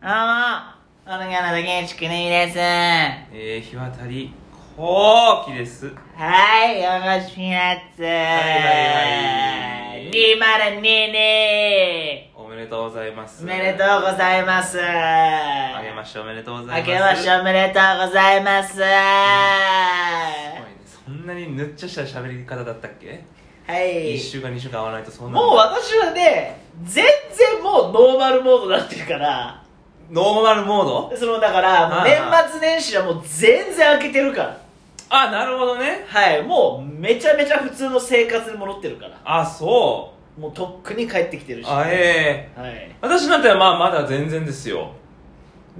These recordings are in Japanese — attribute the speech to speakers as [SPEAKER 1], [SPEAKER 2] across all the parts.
[SPEAKER 1] どうも、オルガナの原宿ねみです。は、
[SPEAKER 2] えー、日渡り後期ですはい
[SPEAKER 1] よろしくなっつ。
[SPEAKER 2] はいはい
[SPEAKER 1] 2022。
[SPEAKER 2] おめでとうございます
[SPEAKER 1] おめでとうございます。あ
[SPEAKER 2] あけましておめでとうござい
[SPEAKER 1] 明
[SPEAKER 2] ま
[SPEAKER 1] けま
[SPEAKER 2] す
[SPEAKER 1] しておめでとうございます。
[SPEAKER 2] すごいねそんなにぬっちゃした喋り方だったっけ、
[SPEAKER 1] はい。
[SPEAKER 2] 一週間二週間会わないとそんな
[SPEAKER 1] もう私はね、全然もうノーマルモードになってるから、
[SPEAKER 2] ノーマルモード
[SPEAKER 1] そのだから、
[SPEAKER 2] はいはい
[SPEAKER 1] 年末年始はもう全然開けてるから。
[SPEAKER 2] あなるほどね
[SPEAKER 1] はい、もうめちゃめちゃ普通の生活に戻ってるから。
[SPEAKER 2] あそ
[SPEAKER 1] もうとっくに帰ってきてる
[SPEAKER 2] う
[SPEAKER 1] し。
[SPEAKER 2] あええ
[SPEAKER 1] はい。
[SPEAKER 2] 私なんてまあまだ全然ですよ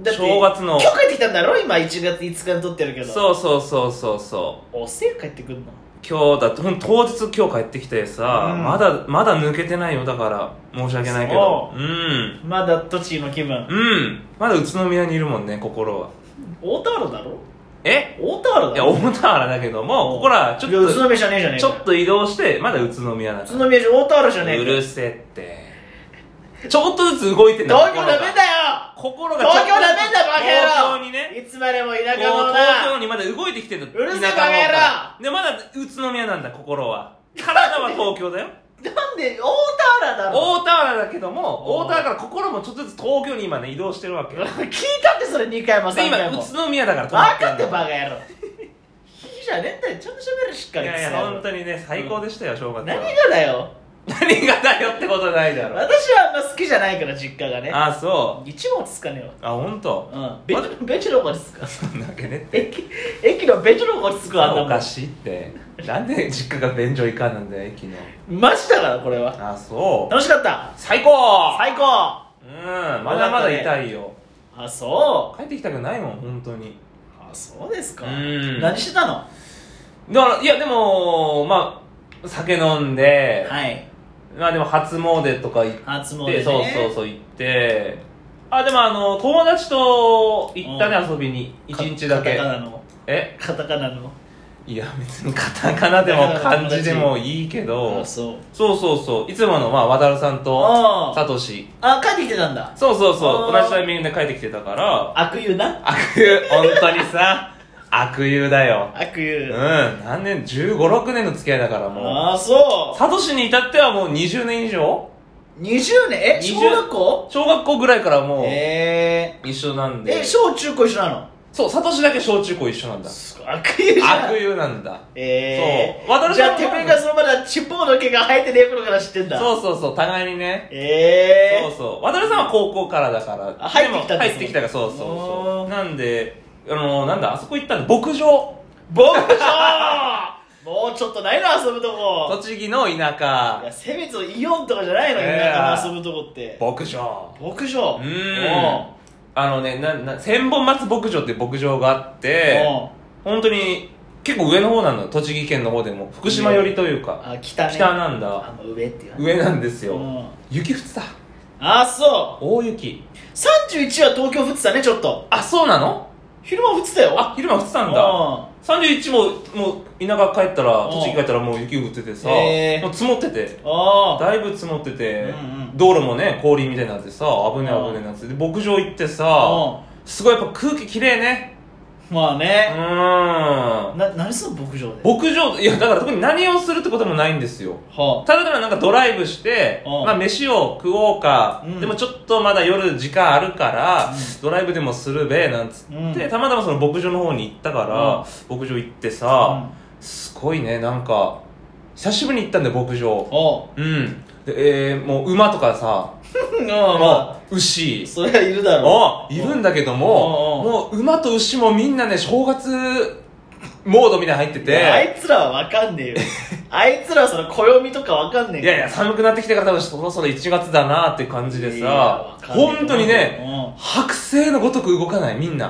[SPEAKER 1] だって
[SPEAKER 2] 正月の
[SPEAKER 1] 今日帰ってきたんだろ今1月5日に撮ってるけど。う。
[SPEAKER 2] そうそうそうそうそう
[SPEAKER 1] おせえ帰ってくんの
[SPEAKER 2] 今日だってほんと当日今日帰ってきてさ、
[SPEAKER 1] うん
[SPEAKER 2] まだまだ抜けてないよだから申し訳ないけど
[SPEAKER 1] そう
[SPEAKER 2] うん
[SPEAKER 1] まだ栃木の気分。
[SPEAKER 2] うんまだ宇都宮にいるもんね心は
[SPEAKER 1] 大田原だろ
[SPEAKER 2] え
[SPEAKER 1] 大田原
[SPEAKER 2] い
[SPEAKER 1] だ
[SPEAKER 2] や
[SPEAKER 1] ろ
[SPEAKER 2] 大田原だけどもここらちょっ
[SPEAKER 1] いや宇
[SPEAKER 2] と
[SPEAKER 1] 都宮じゃねえじゃねえ
[SPEAKER 2] ち
[SPEAKER 1] か
[SPEAKER 2] ょ
[SPEAKER 1] よ
[SPEAKER 2] っと移動してまだ宇都宮だか
[SPEAKER 1] 宇都宮じゃ大田原じゃねえ
[SPEAKER 2] らう
[SPEAKER 1] かよ
[SPEAKER 2] るせえってちょっとずつ動いてんだ
[SPEAKER 1] 東京ダメだよ
[SPEAKER 2] 心が
[SPEAKER 1] 東京ダメ
[SPEAKER 2] ちょっとずつ
[SPEAKER 1] だバカ野郎
[SPEAKER 2] 東京にね
[SPEAKER 1] いつまでも田舎
[SPEAKER 2] こう
[SPEAKER 1] 者
[SPEAKER 2] 東京
[SPEAKER 1] だ
[SPEAKER 2] にまだ動いてきてんだ
[SPEAKER 1] うるせえ
[SPEAKER 2] 田舎者だ
[SPEAKER 1] バ
[SPEAKER 2] でまだ宇都宮なんだ心は体は東京だよ
[SPEAKER 1] なんで大田原だろ
[SPEAKER 2] 大田原だけど
[SPEAKER 1] お
[SPEAKER 2] も
[SPEAKER 1] う
[SPEAKER 2] 大田原から心もちょっとずつ東京に今ね移動してるわけ
[SPEAKER 1] 聞いたってそれ2回も3
[SPEAKER 2] で今
[SPEAKER 1] 回も
[SPEAKER 2] 宇都宮だから
[SPEAKER 1] 分かって
[SPEAKER 2] んだ
[SPEAKER 1] バカ野郎いいじゃねえんだよちゃんと喋るしっか
[SPEAKER 2] い
[SPEAKER 1] り
[SPEAKER 2] やいや本当にね最高でしたよ正月は
[SPEAKER 1] 何がだよ
[SPEAKER 2] 何がだよってことないだろ
[SPEAKER 1] 私はあんま好きじゃないから実家がね
[SPEAKER 2] あそう
[SPEAKER 1] 一問つかねえわ
[SPEAKER 2] あ本当。
[SPEAKER 1] うんベチベチの子ですか
[SPEAKER 2] なんだっけね
[SPEAKER 1] 駅駅のベチの子ですかあんな
[SPEAKER 2] お
[SPEAKER 1] もん
[SPEAKER 2] かしいってなんで実家が便所いかんなんだよ駅の
[SPEAKER 1] マジだからこれは
[SPEAKER 2] あそう
[SPEAKER 1] 楽しかった
[SPEAKER 2] 最高
[SPEAKER 1] 最高
[SPEAKER 2] うんまだまだ痛いよ
[SPEAKER 1] あそう
[SPEAKER 2] 帰ってきたくないもん本当に
[SPEAKER 1] あそうですか
[SPEAKER 2] うん
[SPEAKER 1] 何してたの
[SPEAKER 2] だからいやでもまあ酒飲んで、
[SPEAKER 1] はい
[SPEAKER 2] まあでも初詣とか行って
[SPEAKER 1] 初詣ね
[SPEAKER 2] そうそうそう行ってあでもあの友達と行った
[SPEAKER 1] う
[SPEAKER 2] ね遊びに1日だ
[SPEAKER 1] カ
[SPEAKER 2] け
[SPEAKER 1] タカナの
[SPEAKER 2] え
[SPEAKER 1] カタカナの
[SPEAKER 2] いや別にカタカナでも漢字でもいいけど
[SPEAKER 1] あそう
[SPEAKER 2] そうそうそういつものまあ渡るさんと
[SPEAKER 1] あ
[SPEAKER 2] サトシ
[SPEAKER 1] あ帰ってきてたんだ
[SPEAKER 2] そうそうそう
[SPEAKER 1] あー
[SPEAKER 2] 同じタイミングで帰ってきてたから
[SPEAKER 1] 悪友な
[SPEAKER 2] 悪友本当にさ悪友だよ
[SPEAKER 1] 悪
[SPEAKER 2] うん
[SPEAKER 1] 友
[SPEAKER 2] 何年1 5六6年の付き合いだからも
[SPEAKER 1] ああそう
[SPEAKER 2] サトシに至ってはもう20年以上
[SPEAKER 1] う20年え
[SPEAKER 2] 20
[SPEAKER 1] 小学校
[SPEAKER 2] 小学校ぐらいからもう
[SPEAKER 1] え
[SPEAKER 2] 一緒なん
[SPEAKER 1] ー、
[SPEAKER 2] で
[SPEAKER 1] え小中高一緒なの
[SPEAKER 2] そうサトシだけ小中高一緒なんだ
[SPEAKER 1] すごい悪友じゃん
[SPEAKER 2] 悪友なんだ
[SPEAKER 1] えー、
[SPEAKER 2] そう渡る
[SPEAKER 1] じ
[SPEAKER 2] さん
[SPEAKER 1] ゃあ
[SPEAKER 2] も
[SPEAKER 1] てめえがそのまだちっぽの毛が生えてねえ頃から知ってんだう
[SPEAKER 2] そうそうそう互いにね
[SPEAKER 1] え
[SPEAKER 2] そう
[SPEAKER 1] ー、
[SPEAKER 2] そう渡さんは高校からだから
[SPEAKER 1] あ入ってきたんですね
[SPEAKER 2] 入ってきたからそうそうそ
[SPEAKER 1] おー
[SPEAKER 2] うなんであのなんだあそこ行ったんで牧場
[SPEAKER 1] 牧場もうちょっとないな遊ぶとこ
[SPEAKER 2] 栃木の田
[SPEAKER 1] いや
[SPEAKER 2] 舎
[SPEAKER 1] せめてイオンとかじゃないの田舎の遊ぶとこって
[SPEAKER 2] 牧場
[SPEAKER 1] 牧場
[SPEAKER 2] う
[SPEAKER 1] お
[SPEAKER 2] ーんあのねなな千本松牧場っていう牧場があって
[SPEAKER 1] お
[SPEAKER 2] 本当に結構上の方なの栃木県の方でも福島寄りというか
[SPEAKER 1] あ北ね
[SPEAKER 2] 北なん
[SPEAKER 1] あ
[SPEAKER 2] だ
[SPEAKER 1] の上っていう
[SPEAKER 2] 上なんです
[SPEAKER 1] う
[SPEAKER 2] よ
[SPEAKER 1] ん
[SPEAKER 2] 雪降ってた
[SPEAKER 1] あそ
[SPEAKER 2] 大雪
[SPEAKER 1] う31は東京降ってたねちょっと
[SPEAKER 2] あそうなの
[SPEAKER 1] 昼間降ってたよ
[SPEAKER 2] あ昼間降ってたんだ
[SPEAKER 1] う
[SPEAKER 2] 31ももう田舎帰ったら
[SPEAKER 1] うん
[SPEAKER 2] 栃木帰ったらもう雪降っててさ、
[SPEAKER 1] へー
[SPEAKER 2] もう積もってて
[SPEAKER 1] んあ
[SPEAKER 2] だいぶ積もってて、
[SPEAKER 1] うんうん
[SPEAKER 2] 道路もね氷みたいになってさ危ねえ危ねえなってで牧場行ってさ
[SPEAKER 1] あ
[SPEAKER 2] すごいやっぱ空気きれいね
[SPEAKER 1] まあ
[SPEAKER 2] う
[SPEAKER 1] ね
[SPEAKER 2] ーん
[SPEAKER 1] な何すんの牧場で
[SPEAKER 2] 牧場いやだから特に何をするってこともないんですよ
[SPEAKER 1] は
[SPEAKER 2] ただただなんかドライブして、
[SPEAKER 1] うん
[SPEAKER 2] まあ飯を食おうか、
[SPEAKER 1] うん
[SPEAKER 2] でもちょっとまだ夜時間あるから、ドライブでもするべなんつって、
[SPEAKER 1] うん
[SPEAKER 2] たまたまその牧場の方に行ったから、牧場行ってさ、
[SPEAKER 1] あ
[SPEAKER 2] すごいねなんか久しぶりに行ったんだよ牧場
[SPEAKER 1] お う
[SPEAKER 2] うんでえー、もう馬とかさ
[SPEAKER 1] うんま
[SPEAKER 2] もう牛
[SPEAKER 1] あそりゃいるだろ
[SPEAKER 2] もういるんだけども
[SPEAKER 1] うん
[SPEAKER 2] もう馬と牛もみんなね正月モードみたいに入って
[SPEAKER 1] いやあ
[SPEAKER 2] て
[SPEAKER 1] いつらはわかんね えよあいつらはその暦とかわかんねえ
[SPEAKER 2] いやいや寒くなってきてから多分そろそろ1月だなって感じでさ本当にね剥製のごとく動かないみんな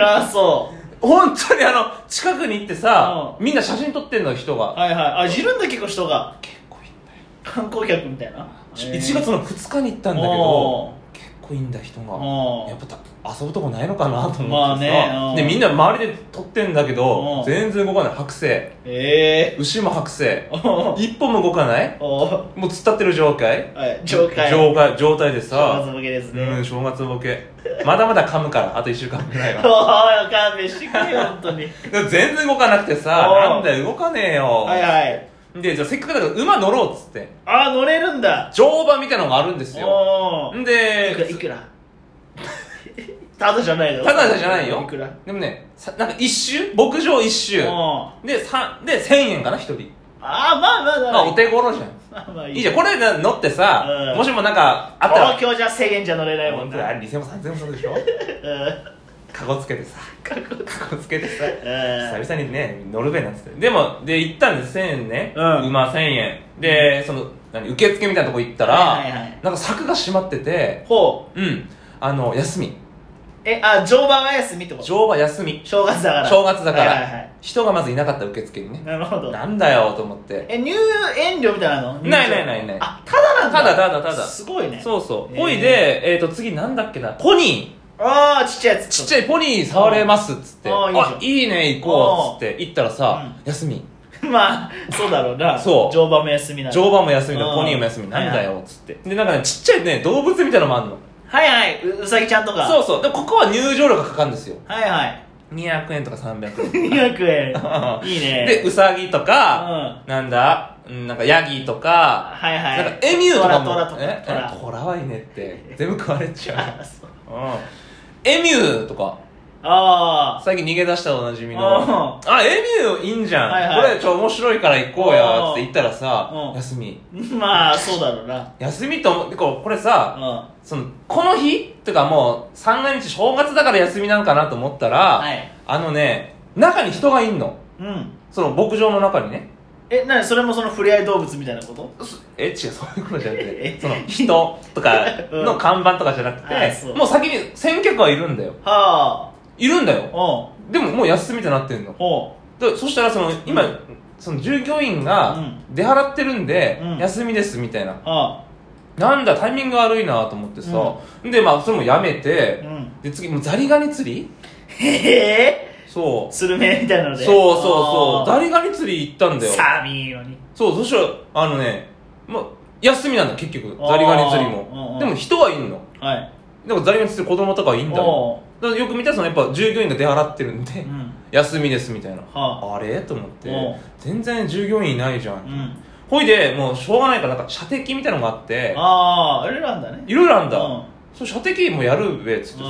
[SPEAKER 1] ああそう
[SPEAKER 2] 本当にあの近くに行ってさみんな写真撮ってんの人が
[SPEAKER 1] はいはいあいるんだ結構人が
[SPEAKER 2] 結構いんだよ
[SPEAKER 1] 観光客みたいな
[SPEAKER 2] 1月の2日に行ったんだけ
[SPEAKER 1] お
[SPEAKER 2] ど
[SPEAKER 1] う
[SPEAKER 2] 結こいいんだ人が
[SPEAKER 1] うん
[SPEAKER 2] やっぱ遊ぶとこないのかなと思ってさ、
[SPEAKER 1] まあねうん
[SPEAKER 2] でみんな周りで撮ってんだけど、
[SPEAKER 1] うん
[SPEAKER 2] 全然動かない剥製
[SPEAKER 1] ええ
[SPEAKER 2] 牛も剥製
[SPEAKER 1] ー、 お
[SPEAKER 2] 一歩も動かない
[SPEAKER 1] お
[SPEAKER 2] もう突っ立ってる状態
[SPEAKER 1] はい上海
[SPEAKER 2] 状態状態で
[SPEAKER 1] 上
[SPEAKER 2] さ
[SPEAKER 1] 手向けですね、
[SPEAKER 2] うん正月ボケまだまだ噛むからあと1週間ぐらいは
[SPEAKER 1] おい勘弁してくれよ本当 に
[SPEAKER 2] でも全然動かなくてさ
[SPEAKER 1] おう
[SPEAKER 2] なんだよ動かねえよ、
[SPEAKER 1] はいはい
[SPEAKER 2] でじゃあせっかくだから馬乗ろうっつって
[SPEAKER 1] あ乗れるんだ
[SPEAKER 2] 乗馬みたいなのがあるんですよ
[SPEAKER 1] おお
[SPEAKER 2] ん
[SPEAKER 1] いくらい
[SPEAKER 2] で
[SPEAKER 1] くら ただじゃないよ
[SPEAKER 2] ただじゃないよ
[SPEAKER 1] いくら
[SPEAKER 2] でもねさなんか一周牧場一周
[SPEAKER 1] おー
[SPEAKER 2] でさで1000円かな1人
[SPEAKER 1] あーまあまあまあ
[SPEAKER 2] まあお手頃じゃん
[SPEAKER 1] まあまあ
[SPEAKER 2] いいじゃんこれな乗ってさ
[SPEAKER 1] うん
[SPEAKER 2] もしもなんかあったら
[SPEAKER 1] 東京じゃ1000円じゃ乗れないもん
[SPEAKER 2] 本当にあ
[SPEAKER 1] な
[SPEAKER 2] れ2000も3000もする でしょ
[SPEAKER 1] うん
[SPEAKER 2] カゴつけてさ
[SPEAKER 1] かっこいい
[SPEAKER 2] カゴつけてさ
[SPEAKER 1] うん
[SPEAKER 2] 久々にねノルウェーなんつってでもで行ったんです1000円ね、
[SPEAKER 1] うん
[SPEAKER 2] 馬1000円でその何受付みたいなとこ行ったら、
[SPEAKER 1] はいはいはい
[SPEAKER 2] なんか柵が閉まってて
[SPEAKER 1] ほう
[SPEAKER 2] うんあの休み
[SPEAKER 1] えあ乗馬は休みってこと
[SPEAKER 2] 乗馬休み
[SPEAKER 1] 正月だから
[SPEAKER 2] 正月だから、
[SPEAKER 1] はいはいはい
[SPEAKER 2] 人がまずいなかった受付にね
[SPEAKER 1] なるほど
[SPEAKER 2] なんだよと思って
[SPEAKER 1] え入園料みたいなの
[SPEAKER 2] ないない
[SPEAKER 1] い
[SPEAKER 2] ないない
[SPEAKER 1] あただなんだ
[SPEAKER 2] ただただただ
[SPEAKER 1] すごいね
[SPEAKER 2] そうそう
[SPEAKER 1] えー
[SPEAKER 2] ほいでえっ、と次なんだっけなポニ
[SPEAKER 1] ああちっちゃいや
[SPEAKER 2] ー
[SPEAKER 1] つ
[SPEAKER 2] ちっちゃいポニー触れますっつって
[SPEAKER 1] あーいいじゃん
[SPEAKER 2] あいいね行こうっつって行ったらさ、休み
[SPEAKER 1] まあそうだろうな
[SPEAKER 2] そう
[SPEAKER 1] 乗馬も休みなの
[SPEAKER 2] 乗馬も休みだ
[SPEAKER 1] うん
[SPEAKER 2] ポニーも休みなんだよっつってでなんかねちっちゃいね動物みたいなのもあんの
[SPEAKER 1] はいはいううさぎちゃんとか
[SPEAKER 2] そうそうでここは入場料がかかるんですよ
[SPEAKER 1] はいはい
[SPEAKER 2] 200円とか300
[SPEAKER 1] 200円いいね
[SPEAKER 2] 円 でウサギとか、なんだうんなんかヤギとか、
[SPEAKER 1] はいはい
[SPEAKER 2] なんかエミューとかも
[SPEAKER 1] トラトラとか
[SPEAKER 2] え
[SPEAKER 1] トラ
[SPEAKER 2] えトラはいいねって全部食われちゃ
[SPEAKER 1] あそう
[SPEAKER 2] う、うん、エミューとか
[SPEAKER 1] あ
[SPEAKER 2] 最近逃げ出したおなじみの
[SPEAKER 1] あ
[SPEAKER 2] あエミューいいんじゃん、
[SPEAKER 1] はいはい
[SPEAKER 2] これちょ面白いから行こうや
[SPEAKER 1] うん
[SPEAKER 2] って言ったらさ、
[SPEAKER 1] うん
[SPEAKER 2] 休み
[SPEAKER 1] ーまあそうだろうな
[SPEAKER 2] 休みと思ってこうこれさ、
[SPEAKER 1] うん
[SPEAKER 2] そのこの日とかもう三が日正月だから休みなんかなと思ったら、
[SPEAKER 1] はい
[SPEAKER 2] あのね中に人がいんの
[SPEAKER 1] うん
[SPEAKER 2] その牧場の中にね
[SPEAKER 1] えなにそれもその触れ合い動物みたいなこと
[SPEAKER 2] すえ違うそういうことじゃなくて
[SPEAKER 1] え
[SPEAKER 2] その人とかの看板とかじゃなくて、
[SPEAKER 1] あそう
[SPEAKER 2] もう先に先客はいるんだよ
[SPEAKER 1] はい
[SPEAKER 2] るんだ
[SPEAKER 1] あ
[SPEAKER 2] よ
[SPEAKER 1] お
[SPEAKER 2] でももう休みってなってんの
[SPEAKER 1] うお
[SPEAKER 2] でそしたらその今、
[SPEAKER 1] うん
[SPEAKER 2] その従業員が
[SPEAKER 1] うん
[SPEAKER 2] 出払ってるんで、
[SPEAKER 1] うん
[SPEAKER 2] 休みですみたいな
[SPEAKER 1] うあ
[SPEAKER 2] なんだタイミング悪いなと思ってさ、でまあそれもやめ
[SPEAKER 1] あう
[SPEAKER 2] て、
[SPEAKER 1] ん
[SPEAKER 2] で次もうザリガニ釣り
[SPEAKER 1] へえ
[SPEAKER 2] そう
[SPEAKER 1] スルメみたいなの
[SPEAKER 2] そ
[SPEAKER 1] で
[SPEAKER 2] うそうそう
[SPEAKER 1] あ
[SPEAKER 2] ザリガニ釣り行ったん
[SPEAKER 1] ー
[SPEAKER 2] だよ
[SPEAKER 1] 寒いよに
[SPEAKER 2] そうそしたらあのね、まあ、休みなんだ結局ザリガニ釣り
[SPEAKER 1] うんう
[SPEAKER 2] も
[SPEAKER 1] ん
[SPEAKER 2] でも人はいんの
[SPEAKER 1] はい
[SPEAKER 2] でもザリガニ釣ってる子供とかはいいんだよ
[SPEAKER 1] おう
[SPEAKER 2] だからよく見たらそのやっぱ従業員が出払ってるんで、
[SPEAKER 1] うん
[SPEAKER 2] 休みですみたいな
[SPEAKER 1] はあ
[SPEAKER 2] あれと思って
[SPEAKER 1] おう
[SPEAKER 2] 全然従業員いないじゃ
[SPEAKER 1] うんん
[SPEAKER 2] ほいでもうしょうがないからなんか射的みたいなのがあって
[SPEAKER 1] あああれなんだね
[SPEAKER 2] いろいろあん
[SPEAKER 1] う
[SPEAKER 2] だ
[SPEAKER 1] ん
[SPEAKER 2] そう射的もやるべっつってさ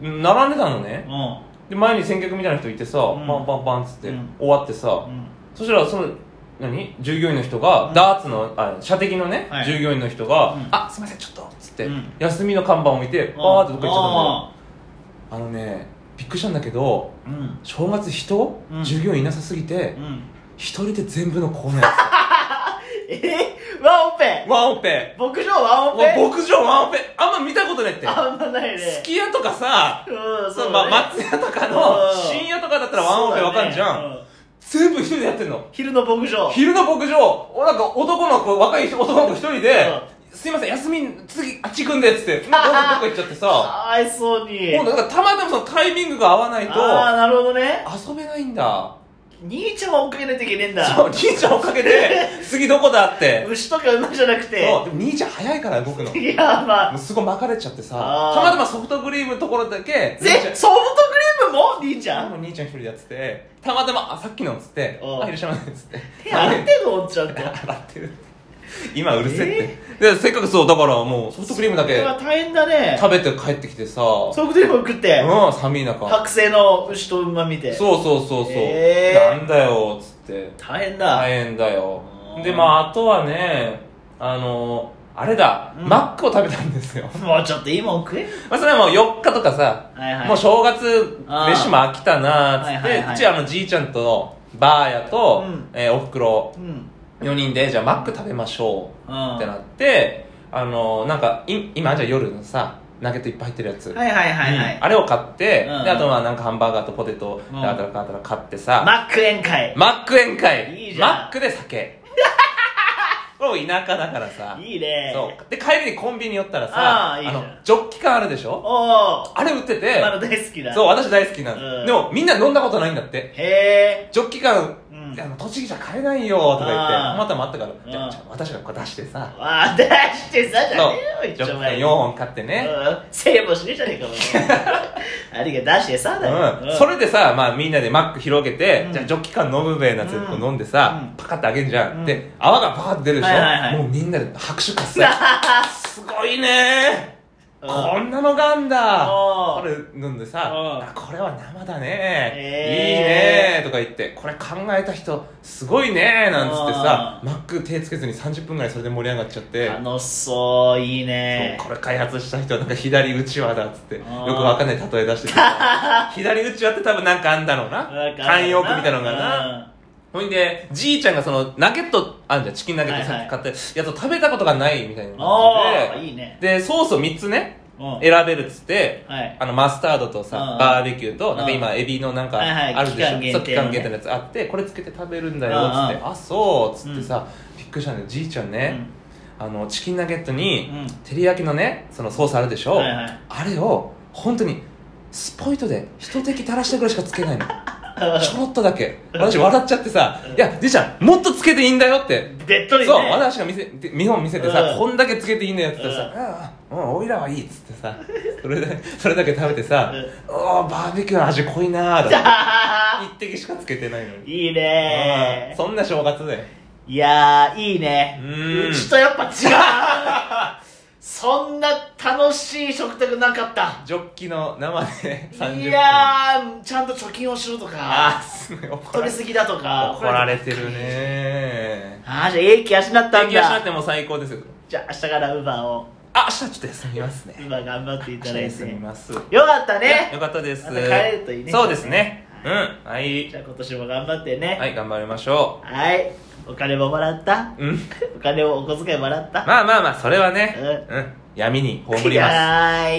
[SPEAKER 2] 並んでたのね
[SPEAKER 1] うん
[SPEAKER 2] で前に先客みたいな人いてさ
[SPEAKER 1] ん
[SPEAKER 2] パンパンパンっつって
[SPEAKER 1] うん
[SPEAKER 2] 終わってさ
[SPEAKER 1] うん
[SPEAKER 2] そしたらその何従業員の人が、
[SPEAKER 1] うん
[SPEAKER 2] ダーツのあ射的のね、
[SPEAKER 1] はい
[SPEAKER 2] 従業員の人が
[SPEAKER 1] う
[SPEAKER 2] 「
[SPEAKER 1] ん
[SPEAKER 2] あすいませんちょっと」っつって、
[SPEAKER 1] うん
[SPEAKER 2] 休みの看板を見て
[SPEAKER 1] うん
[SPEAKER 2] バーってどっか行っちゃったんだよあのねびっくりしたんだけど
[SPEAKER 1] あーうん
[SPEAKER 2] 正月人、
[SPEAKER 1] うん
[SPEAKER 2] 従業員いなさすぎて
[SPEAKER 1] うん
[SPEAKER 2] 一、人で全部のコーナーやって
[SPEAKER 1] え ワンオペ
[SPEAKER 2] たワンオペ
[SPEAKER 1] 牧場ワンオペ
[SPEAKER 2] もう牧場ワンオペあんま見たことないって
[SPEAKER 1] あんまないね
[SPEAKER 2] すき家とかさ
[SPEAKER 1] うん
[SPEAKER 2] そ
[SPEAKER 1] そうう
[SPEAKER 2] ま
[SPEAKER 1] だね
[SPEAKER 2] 松屋とかの
[SPEAKER 1] うん
[SPEAKER 2] 深夜とかだったらワンオペわかんじゃん、
[SPEAKER 1] そうだねう
[SPEAKER 2] 全部一人でやってんの
[SPEAKER 1] 昼の牧場
[SPEAKER 2] 昼の牧場、おなんか男の子、若い男の子一人で、すいません、休み、次、あっち行くんで、っつって、どこどこ行っちゃってさ、
[SPEAKER 1] かわいそうに
[SPEAKER 2] もうなんかたまたまそのタイミングが合わない
[SPEAKER 1] ああ
[SPEAKER 2] と、
[SPEAKER 1] なるほどね
[SPEAKER 2] 遊べないんだ。
[SPEAKER 1] 兄ちゃんは追っかけないといけねえんだ
[SPEAKER 2] そう、兄ちゃんをかけ て、次どこだって。
[SPEAKER 1] 牛とか馬じゃなくて
[SPEAKER 2] そう、でも兄ちゃん早いから動くの。も
[SPEAKER 1] いやまあ
[SPEAKER 2] うすごい巻かれちゃってさ、
[SPEAKER 1] あー
[SPEAKER 2] たまたまソフトクリームのところだけ、兄ちゃ
[SPEAKER 1] ぜ
[SPEAKER 2] ん
[SPEAKER 1] ソフトクリームも兄ちゃん
[SPEAKER 2] もう兄ちゃん一人でやってて、たまたま、あ、さっきのっつって、
[SPEAKER 1] うん
[SPEAKER 2] あ、いらっしゃいませっつって。
[SPEAKER 1] 手洗ってんのおっちゃんと
[SPEAKER 2] 洗ってる今うるせえって、でせっかくそうだからもうソフトクリームだ
[SPEAKER 1] それ
[SPEAKER 2] け
[SPEAKER 1] は大変だね
[SPEAKER 2] 食べて帰ってきてさう
[SPEAKER 1] ソフトクリーム食って
[SPEAKER 2] ん寒い中
[SPEAKER 1] 剥製の牛と馬見て
[SPEAKER 2] そうそうそうそう、
[SPEAKER 1] えー
[SPEAKER 2] なんだよっつって
[SPEAKER 1] 大変だ
[SPEAKER 2] 大変だよ
[SPEAKER 1] うん
[SPEAKER 2] でまああとはねあのあれだ、
[SPEAKER 1] うん
[SPEAKER 2] マックを食べたんですよ
[SPEAKER 1] もうちょっといいもん食え
[SPEAKER 2] まあそれはもう4日とかさ、
[SPEAKER 1] はいはい
[SPEAKER 2] もう正月
[SPEAKER 1] あー
[SPEAKER 2] 飯も飽きたなーっつっ
[SPEAKER 1] は
[SPEAKER 2] て、
[SPEAKER 1] いはいはいう
[SPEAKER 2] ちあのじいちゃんとばあやと、
[SPEAKER 1] うん
[SPEAKER 2] えーおふくろ
[SPEAKER 1] うん
[SPEAKER 2] 4人でじゃあマック食べましょ
[SPEAKER 1] う
[SPEAKER 2] う
[SPEAKER 1] ん
[SPEAKER 2] ってなって、あのなんかい今じゃあ夜のさナゲットいっぱい入ってるやつ、
[SPEAKER 1] はいはいはいは
[SPEAKER 2] う
[SPEAKER 1] い
[SPEAKER 2] んあれを買って、
[SPEAKER 1] うん
[SPEAKER 2] であとはなんかハンバーガーとポテト
[SPEAKER 1] うん
[SPEAKER 2] だたらかたら買ってさ、
[SPEAKER 1] マック宴会
[SPEAKER 2] マック宴会
[SPEAKER 1] いいじゃん
[SPEAKER 2] マックで酒これも田舎だからさ
[SPEAKER 1] いいね
[SPEAKER 2] そうで帰りにコンビニ寄ったらさ
[SPEAKER 1] あーいいじゃん
[SPEAKER 2] のジョッキ缶あるでしょ
[SPEAKER 1] おお
[SPEAKER 2] あれ売ってて
[SPEAKER 1] まだ大好きだ
[SPEAKER 2] そう
[SPEAKER 1] う
[SPEAKER 2] 私大好きなの、
[SPEAKER 1] うん
[SPEAKER 2] でもみんな飲んだことないんだって
[SPEAKER 1] へえ
[SPEAKER 2] ジョッキ缶、
[SPEAKER 1] うん
[SPEAKER 2] あの栃木じゃ買えないよとか言って
[SPEAKER 1] あー
[SPEAKER 2] たまたまあったから、じゃ
[SPEAKER 1] う
[SPEAKER 2] あ
[SPEAKER 1] ん
[SPEAKER 2] じゃあ私がこう出してさ
[SPEAKER 1] わあ出してさじゃねえよ
[SPEAKER 2] ジ
[SPEAKER 1] 一丁
[SPEAKER 2] ョッキ缶
[SPEAKER 1] 前
[SPEAKER 2] 4本買ってね、
[SPEAKER 1] うんセーブしねえじゃねえかもう ありが出してさだよ、
[SPEAKER 2] うん、それでさ、まあ、みんなでマック広げて、
[SPEAKER 1] うん
[SPEAKER 2] じゃあジョッキ缶飲むべなんてこう飲んでさ、
[SPEAKER 1] うん
[SPEAKER 2] パカッてあげんじゃん、
[SPEAKER 1] うん
[SPEAKER 2] で泡がパーって出るでしょ、
[SPEAKER 1] はいはいはい
[SPEAKER 2] もうみんなで拍手喝采
[SPEAKER 1] あ
[SPEAKER 2] すごいねー
[SPEAKER 1] うん
[SPEAKER 2] こんなのがあんだ
[SPEAKER 1] お
[SPEAKER 2] こ
[SPEAKER 1] ー
[SPEAKER 2] れ飲んでさ
[SPEAKER 1] うん
[SPEAKER 2] あこれは生だね
[SPEAKER 1] えー
[SPEAKER 2] いいねとか言ってこれ考えた人すごいねなんつってさマック手つけずに30分ぐらいそれで盛り上がっちゃって
[SPEAKER 1] 楽しそういいね
[SPEAKER 2] そうこれ開発した人はなんか左うちわだっつってよく
[SPEAKER 1] あー
[SPEAKER 2] わかんない例え出 しててさ左うちわって多分なんかあんだろうな慣用句みたいなのがな
[SPEAKER 1] な
[SPEAKER 2] ほいでじいちゃんがそのナゲットあんじゃんチキンナゲットさっき買ったやつを食べたことがないみたいな
[SPEAKER 1] あ
[SPEAKER 2] 感
[SPEAKER 1] あ
[SPEAKER 2] じで
[SPEAKER 1] いいね
[SPEAKER 2] でソースを3つね
[SPEAKER 1] うん
[SPEAKER 2] 選べるっつって
[SPEAKER 1] はい
[SPEAKER 2] あのマスタードとさ
[SPEAKER 1] うん
[SPEAKER 2] バーベキューとなんか
[SPEAKER 1] うん
[SPEAKER 2] 今エビのなんか
[SPEAKER 1] はいはい
[SPEAKER 2] ある
[SPEAKER 1] 期
[SPEAKER 2] でし
[SPEAKER 1] 間限定
[SPEAKER 2] ょ
[SPEAKER 1] のね
[SPEAKER 2] そう期間限定のやつあってこれつけて食べるんだよ
[SPEAKER 1] うん
[SPEAKER 2] っつって
[SPEAKER 1] う
[SPEAKER 2] あそうっつってさびっくりしたんだよじいちゃんねあのチキンナゲットに
[SPEAKER 1] うん
[SPEAKER 2] 照り焼きのねそのソースあるでしょ
[SPEAKER 1] はいはい
[SPEAKER 2] あれを本当にスポイトで一滴垂らしたぐらいしかつけ ないのちょろっとだけ私笑っちゃってさ
[SPEAKER 1] うん
[SPEAKER 2] 「いやじいちゃんもっとつけていいんだよ」って
[SPEAKER 1] でっとりね
[SPEAKER 2] そう、私が見せて見本見せてさ、
[SPEAKER 1] うん
[SPEAKER 2] こんだけつけていいんだよって言ったらさ、うん、うん、おいらはいいっつってさ、それで、それだけ食べてさ、うおーバーベキューの味濃いなーとか、一滴しかつけてないの に。
[SPEAKER 1] いい
[SPEAKER 2] うん
[SPEAKER 1] ね
[SPEAKER 2] そんな正月で。
[SPEAKER 1] いやーいいね
[SPEAKER 2] うん
[SPEAKER 1] うちとやっぱ違うそんな楽しい食卓なかった
[SPEAKER 2] ジョッキの生で30分。
[SPEAKER 1] いやーちゃんと貯金をしろと
[SPEAKER 2] あ
[SPEAKER 1] か
[SPEAKER 2] ー、すごい怒
[SPEAKER 1] 取
[SPEAKER 2] ら
[SPEAKER 1] り
[SPEAKER 2] れ
[SPEAKER 1] すぎだとか
[SPEAKER 2] 怒られてるね
[SPEAKER 1] ああじゃあ英気養ったん
[SPEAKER 2] ー。
[SPEAKER 1] だ
[SPEAKER 2] 激安なんてもう最高ですよ。
[SPEAKER 1] じゃあ明日からウーバーを
[SPEAKER 2] あ、明日ちょっと休みます
[SPEAKER 1] ウ
[SPEAKER 2] ね。
[SPEAKER 1] ーバー頑張ってい
[SPEAKER 2] 明
[SPEAKER 1] た
[SPEAKER 2] 日
[SPEAKER 1] だい
[SPEAKER 2] 休
[SPEAKER 1] て
[SPEAKER 2] みます。
[SPEAKER 1] よかった
[SPEAKER 2] いや
[SPEAKER 1] ね
[SPEAKER 2] よかったです。
[SPEAKER 1] また帰るといいね
[SPEAKER 2] そうですね。う
[SPEAKER 1] は
[SPEAKER 2] ん。はい
[SPEAKER 1] じ。ゃあ今年も頑張ってね
[SPEAKER 2] はい、頑張りましょ
[SPEAKER 1] はいお金ももらった
[SPEAKER 2] う。うん。
[SPEAKER 1] お金をお小遣いもらった
[SPEAKER 2] まあまあまあ、それはね、
[SPEAKER 1] う
[SPEAKER 2] うん、闇に葬ります。
[SPEAKER 1] はーい